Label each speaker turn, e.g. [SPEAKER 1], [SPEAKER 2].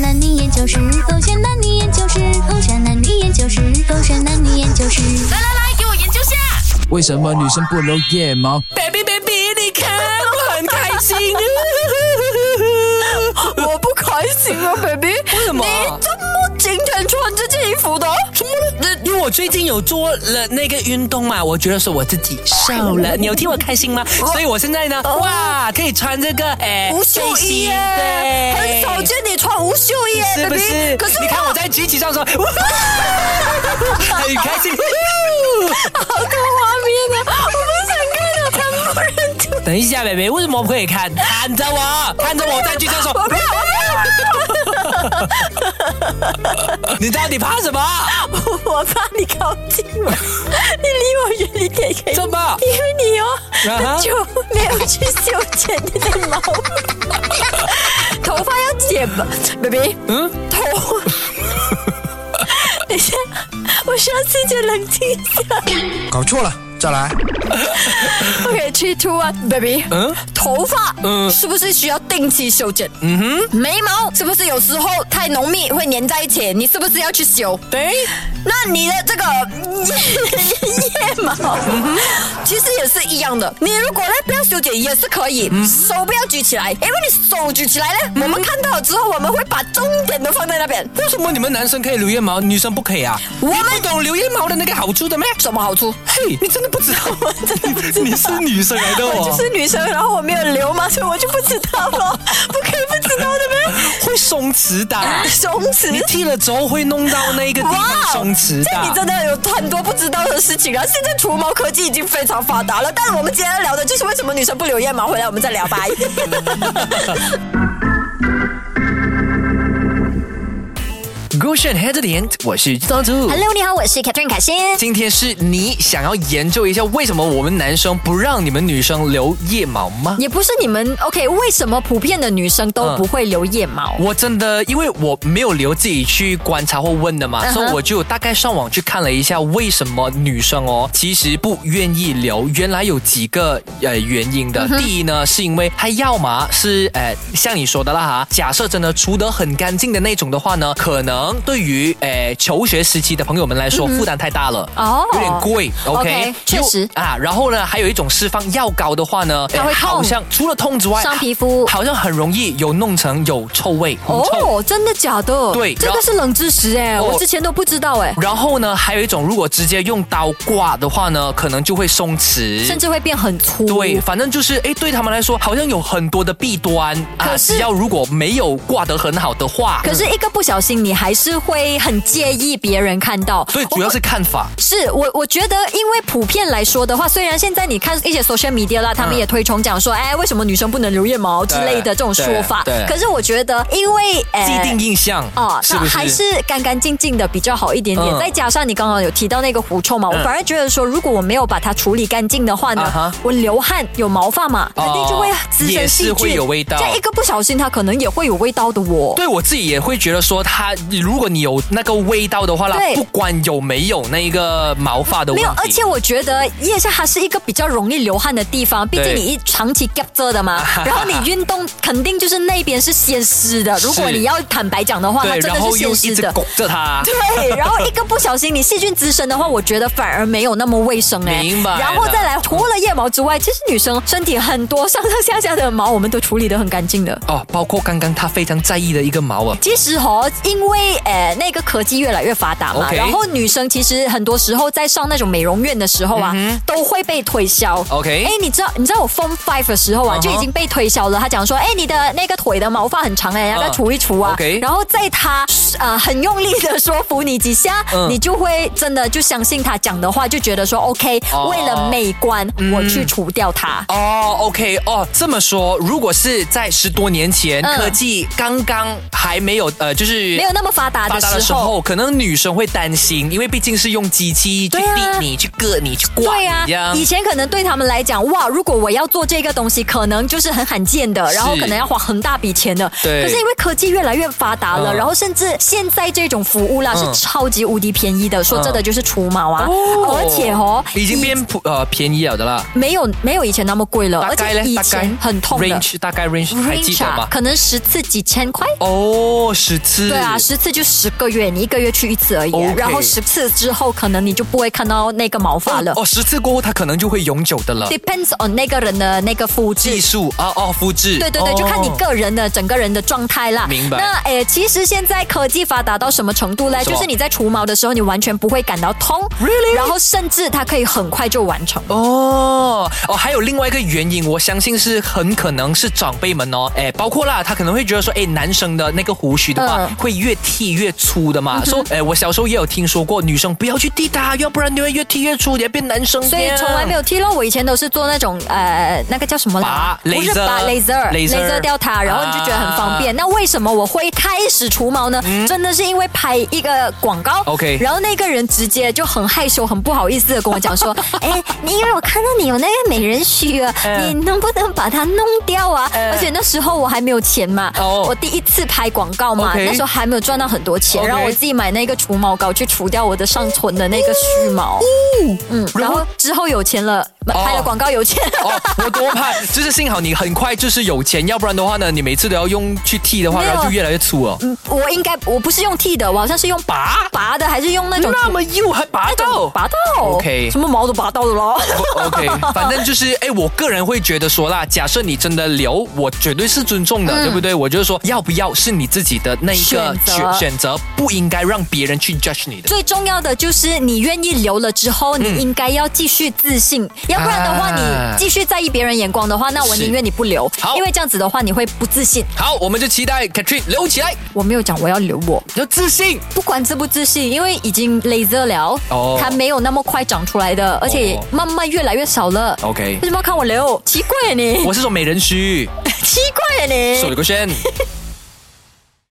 [SPEAKER 1] 男女研究室，狗选男女研究室，狗选男女研究室，狗选男女研究室。
[SPEAKER 2] 来来来，给我研究下。
[SPEAKER 3] 为什么女生不留腋毛？
[SPEAKER 2] Baby baby，你看我很开心。
[SPEAKER 4] 我不开心啊，baby。为
[SPEAKER 2] 什么
[SPEAKER 4] 你怎么今天穿这件衣服的？
[SPEAKER 2] 怎么了？那因为我最近有做了那个运动嘛，我觉得说我自己瘦了，你有替我开心吗？所以我现在呢，哇，可以穿这个诶
[SPEAKER 4] 无袖
[SPEAKER 2] 背
[SPEAKER 4] 衣
[SPEAKER 2] 心
[SPEAKER 4] 耶，很少
[SPEAKER 2] 对，
[SPEAKER 4] 见你穿无袖衣耶
[SPEAKER 2] 是不
[SPEAKER 4] ，baby。
[SPEAKER 2] 是？
[SPEAKER 4] 可是
[SPEAKER 2] 你看我在举起上说，哇很开心。
[SPEAKER 4] 好多画面啊，我不想看到全部人就。
[SPEAKER 2] 等一下，妹妹，为什么不可以看？看着我，看着我在举起上说，
[SPEAKER 4] 我不要，我
[SPEAKER 2] 你到底怕什么？
[SPEAKER 4] 不要，我怕你靠近 我，你离我远一点可以吗。
[SPEAKER 2] 怎么？
[SPEAKER 4] 因为你哦，
[SPEAKER 2] 啊哈
[SPEAKER 4] 很久没有去修剪你的毛，头发要剪吧，baby。
[SPEAKER 2] 嗯，
[SPEAKER 4] 头， 等一下，我需要自己冷静一下。
[SPEAKER 3] 搞错了，再来。
[SPEAKER 4] OK，three, two, one, 啊 baby。
[SPEAKER 2] 嗯，
[SPEAKER 4] 头发，
[SPEAKER 2] 嗯
[SPEAKER 4] 是不是需要定期修剪？嗯哼，眉毛是不是有时候太浓密会粘在一起？你是不是要去修？
[SPEAKER 2] 对。
[SPEAKER 4] 那你的这个 腋毛，其实也是一样的。你如果呢不要修剪也是可以，手不要举起来，因为你手举起来呢，我们看到之后我们会把重点都放在那边。
[SPEAKER 2] 为什么你们男生可以留腋毛，女生不可以啊？
[SPEAKER 4] 我们
[SPEAKER 2] 你不懂留腋毛的那个好处的咩？
[SPEAKER 4] 什么好处？
[SPEAKER 2] 嘿，你真的不知道？
[SPEAKER 4] 真的不知道
[SPEAKER 2] 你是女生来的
[SPEAKER 4] 我
[SPEAKER 2] 哦，
[SPEAKER 4] 就是女生，然后我没有留嘛，所以我就不知道了，不可以不知道的呗。
[SPEAKER 2] 会松弛 的。
[SPEAKER 4] 松
[SPEAKER 2] 你
[SPEAKER 4] 弛，
[SPEAKER 2] 剃了之后会弄到那个地方松弛
[SPEAKER 4] 这样你真的
[SPEAKER 2] 的。
[SPEAKER 4] 有很多不知道的事情啊！现在除毛科技已经非常发达了，但是我们今天要聊的就是为什么女生不留腋毛，回来我们再 聊吧。
[SPEAKER 2] Go s h a n Head 脸，我是张祖。
[SPEAKER 4] Hello，你好，我是 Catherine 凯欣。
[SPEAKER 2] 今天是你想要研究一下为什么我们男生不让你们女生留腋毛吗？
[SPEAKER 4] 也不是你们 OK，为什么普遍的女生都
[SPEAKER 2] 嗯
[SPEAKER 4] 不会留腋毛？
[SPEAKER 2] 我真的因为我没有留自己去观察或问的嘛
[SPEAKER 4] 嗯哼
[SPEAKER 2] 所以我就大概上网去看了一下，为什么女生哦其实不愿意留。原来有几个呃原因
[SPEAKER 4] 嗯
[SPEAKER 2] 的。第一呢，是因为她要么是呃像你说的啦哈，假设真的除得很干净的那种的话呢，可能对于呃求学时期的朋友们来说、
[SPEAKER 4] 嗯
[SPEAKER 2] 负担太大了，
[SPEAKER 4] 哦
[SPEAKER 2] 嗯有点贵。OK，,
[SPEAKER 4] OK，确实
[SPEAKER 2] 又啊。然后呢，还有一种释放药膏的话呢，
[SPEAKER 4] 它会
[SPEAKER 2] 呃好
[SPEAKER 4] 痛
[SPEAKER 2] 像除了痛之外，
[SPEAKER 4] 伤皮肤
[SPEAKER 2] 好像很容易有弄成有臭味，很臭。
[SPEAKER 4] 哦，真的假的？
[SPEAKER 2] 对哦
[SPEAKER 4] 这
[SPEAKER 2] 然后
[SPEAKER 4] 个是冷知识哎，
[SPEAKER 2] 哦
[SPEAKER 4] 我之前都不知道哎，
[SPEAKER 2] 然后呢，还有一种，如果直接用刀刮的话呢，可能就会松
[SPEAKER 4] 甚
[SPEAKER 2] 弛。
[SPEAKER 4] 至会变很粗。
[SPEAKER 2] 对，反正就是，哎，对他们来说，好像有很多的弊端啊。
[SPEAKER 4] 可是
[SPEAKER 2] 只要如果没有挂得很好的话，
[SPEAKER 4] 可是一个不小心，你还是会很介意别人看到。
[SPEAKER 2] 所以主要是看法。
[SPEAKER 4] 是我，我觉得，因为普遍来说的话，虽然现在你看一些 social media 啦，他们
[SPEAKER 2] 嗯
[SPEAKER 4] 也推崇讲说，哎，为什么女生不能留腋毛之类的这
[SPEAKER 2] 对
[SPEAKER 4] 种说法
[SPEAKER 2] 对对。
[SPEAKER 4] 可是我觉得，因为呃
[SPEAKER 2] 既定印象
[SPEAKER 4] 哦，
[SPEAKER 2] 是
[SPEAKER 4] 那
[SPEAKER 2] 不
[SPEAKER 4] 还
[SPEAKER 2] 是
[SPEAKER 4] 是？干干净净的比较好一点点。
[SPEAKER 2] 嗯
[SPEAKER 4] 再加上你刚刚有提到那个狐臭嘛，我反而觉得说，如果我没有把它处理干净的话呢，
[SPEAKER 2] 啊哈哦
[SPEAKER 4] 我流汗有毛发嘛，肯定就会滋
[SPEAKER 2] 也
[SPEAKER 4] 生
[SPEAKER 2] 是
[SPEAKER 4] 细菌，
[SPEAKER 2] 会有味道
[SPEAKER 4] 这一个不小心，它可能也会有味道的哦。
[SPEAKER 2] 对我自己也会觉得说，它如果你有那个味道的话啦，
[SPEAKER 4] 对
[SPEAKER 2] 不管有没有那一个毛发的问
[SPEAKER 4] 没
[SPEAKER 2] 题，
[SPEAKER 4] 有，而且我觉得腋下它是一个比较容易流汗的地方，毕竟
[SPEAKER 2] 对
[SPEAKER 4] 你一长期 gap 着的 嘛，然后你运动肯定就是那边是先湿的。
[SPEAKER 2] 是
[SPEAKER 4] 如果你要坦白讲的话，它
[SPEAKER 2] 对，
[SPEAKER 4] 真
[SPEAKER 2] 然
[SPEAKER 4] 的
[SPEAKER 2] 后
[SPEAKER 4] 是
[SPEAKER 2] 又
[SPEAKER 4] 先
[SPEAKER 2] 一
[SPEAKER 4] 湿
[SPEAKER 2] 直
[SPEAKER 4] 的。
[SPEAKER 2] 拱着它。
[SPEAKER 4] 对，然后一个不小心你细菌滋生的话，我觉得反而没有那么卫生哎。
[SPEAKER 2] 明白了
[SPEAKER 4] 然后再来，除了腋毛之外，其实女生身体很多上上下下的毛，我们都处理得很干净的。
[SPEAKER 2] 哦，包括刚刚他非常在意的一个毛啊，
[SPEAKER 4] 其实哦，因为呃那个科技越来越发达嘛
[SPEAKER 2] OK
[SPEAKER 4] 然后女生其实很多时候在上那种美容院的时候啊，都会被推销。
[SPEAKER 2] 嗯 OK
[SPEAKER 4] 哎，你知道你知道我 Form Five 的时候啊
[SPEAKER 2] 嗯哼
[SPEAKER 4] 就已经被推销了。他讲说，哎，你的那个腿的毛发很长哎，要不要
[SPEAKER 2] 嗯
[SPEAKER 4] 除一除啊
[SPEAKER 2] OK
[SPEAKER 4] 然后在他呃很用力的说服你几下、
[SPEAKER 2] 嗯
[SPEAKER 4] 你就会真的就相信他讲的话，就觉得说 OK，、
[SPEAKER 2] 哦嗯
[SPEAKER 4] 为了美观、我去除掉它。
[SPEAKER 2] 哦、o k 哦，这么说，如果是在十多年前，
[SPEAKER 4] 嗯
[SPEAKER 2] 科技刚刚还没有呃，就是
[SPEAKER 4] 没有那么发达
[SPEAKER 2] 发
[SPEAKER 4] 的
[SPEAKER 2] 达的时
[SPEAKER 4] 时候，
[SPEAKER 2] 候，可能女生会担心，因为毕竟是用机器去
[SPEAKER 4] 对啊
[SPEAKER 2] 滴你、去割你、去刮
[SPEAKER 4] 对
[SPEAKER 2] 你
[SPEAKER 4] 呀、
[SPEAKER 2] 这样
[SPEAKER 4] 以。前可能对他们来讲，哇，如果我要做这个东西，可能就是很罕见的，然后可能要花很大笔钱的。
[SPEAKER 2] 对
[SPEAKER 4] 可是因为科技越来越发达了，
[SPEAKER 2] 嗯
[SPEAKER 4] 然后甚至现在这种服务啦、
[SPEAKER 2] 嗯
[SPEAKER 4] 是超级无敌便宜的，说真的就是除毛啊，
[SPEAKER 2] 哦
[SPEAKER 4] 而且哦，
[SPEAKER 2] 已经
[SPEAKER 4] 以
[SPEAKER 2] 变普呃便宜了的啦，
[SPEAKER 4] 没有没有以前那么贵了，
[SPEAKER 2] 大
[SPEAKER 4] 呃而
[SPEAKER 2] 概
[SPEAKER 4] 且
[SPEAKER 2] 嘞，
[SPEAKER 4] 以
[SPEAKER 2] 大概
[SPEAKER 4] 前很痛的。啊
[SPEAKER 2] range 大概 range 还记
[SPEAKER 4] range
[SPEAKER 2] 得
[SPEAKER 4] 啊
[SPEAKER 2] 吗，？
[SPEAKER 4] 可能十次几千块。
[SPEAKER 2] 哦、哦，十次。
[SPEAKER 4] 对啊，十次就十个月，你一个月去一次而已。
[SPEAKER 2] OK
[SPEAKER 4] 然后十次之后，可能你就不会看到那个毛发了。
[SPEAKER 2] 哦，十次过后它可能就会永久的了。
[SPEAKER 4] Depends on 那个人的那个肤质
[SPEAKER 2] 技。术啊哦，复制。
[SPEAKER 4] 对对对，
[SPEAKER 2] 哦
[SPEAKER 4] 就看你个人的整个人的状态啦。
[SPEAKER 2] 明白
[SPEAKER 4] 那诶，其实现在科技发达到什么程度呢？
[SPEAKER 2] 什
[SPEAKER 4] 就
[SPEAKER 2] 么
[SPEAKER 4] 是你在除毛的时候，你完全不会感到痛
[SPEAKER 2] Really？
[SPEAKER 4] 然后甚至它可以很快就完成。
[SPEAKER 2] 哦哦，还有另外一个原因，我相信是很可能是长辈们哦，哎，包括啦，他可能会觉得说，哎，男生的那个胡须的话、
[SPEAKER 4] 嗯
[SPEAKER 2] 会越剃越粗的嘛，说、哎，我小时候也有听说过，女生不要去剃它，要不然你会越剃越粗，你会变男生。
[SPEAKER 4] 所以从来没。有剃咯，我以前都是做那种呃，那个叫什么啦？
[SPEAKER 2] 拔
[SPEAKER 4] 不是
[SPEAKER 2] laser
[SPEAKER 4] 拔 laser
[SPEAKER 2] laser 啊
[SPEAKER 4] 掉它，然后你就觉得很方便。那为什么我会开始除毛呢？真的是因为拍一个广告
[SPEAKER 2] 嗯 OK
[SPEAKER 4] 然后那个人直接就很害羞、很不好意思的跟我讲 说：“哎，你因为我看到你有那个美人须啊，
[SPEAKER 2] 嗯
[SPEAKER 4] 你能不能把它弄掉啊？”而且那时候我还没有钱嘛，
[SPEAKER 2] 哦
[SPEAKER 4] 我第一次拍广告嘛
[SPEAKER 2] OK
[SPEAKER 4] 那时候还没有赚到很多钱
[SPEAKER 2] OK
[SPEAKER 4] 然后我自己买那个除毛膏去除掉我的上唇的那个须毛。嗯，然后之后有钱了，拍了广告有钱了。
[SPEAKER 2] 哦，我多怕，就是幸好你很快就是有钱，要不然的话呢，你每次都要用去剃的话，
[SPEAKER 4] 没有
[SPEAKER 2] 然后就越来越粗哦了。
[SPEAKER 4] 我应该我不是用剃的，我好像是用
[SPEAKER 2] 拔
[SPEAKER 4] 拔的，还是用那种
[SPEAKER 2] 那么幼还拔
[SPEAKER 4] 那
[SPEAKER 2] 到
[SPEAKER 4] 种拔到
[SPEAKER 2] OK
[SPEAKER 4] 什么毛都拔到的 咯。
[SPEAKER 2] 不 OK，反正就是哎，我个人会觉得说啦，假设你真的留，我绝对是尊重的，对不对？我就是说，要不要是你自己的那一个
[SPEAKER 4] 嗯选择
[SPEAKER 2] 选选择，不应该让别人去 judge 你的。
[SPEAKER 4] 最重要的就是你愿意留了之后，你应该要继续自信，要不然的话，
[SPEAKER 2] 嗯啊
[SPEAKER 4] 你继续在意别人眼光的话，那我
[SPEAKER 2] 是
[SPEAKER 4] 宁愿你不留
[SPEAKER 2] 好，
[SPEAKER 4] 因为这样子的话你会不自信。
[SPEAKER 2] 好，我们就期待 Katrin 留起来，
[SPEAKER 4] 我没有讲我要留我，
[SPEAKER 2] 要自信。
[SPEAKER 4] 不管自不自信，因为已经 laser 了，
[SPEAKER 2] 哦
[SPEAKER 4] 它没有那么快长出来的，而且
[SPEAKER 2] 哦
[SPEAKER 4] 慢慢越来越少了。
[SPEAKER 2] OK
[SPEAKER 4] 为什么要看我留？奇怪耶你，
[SPEAKER 2] 我是说美人须，
[SPEAKER 4] 奇怪耶你。
[SPEAKER 2] 手里个轩。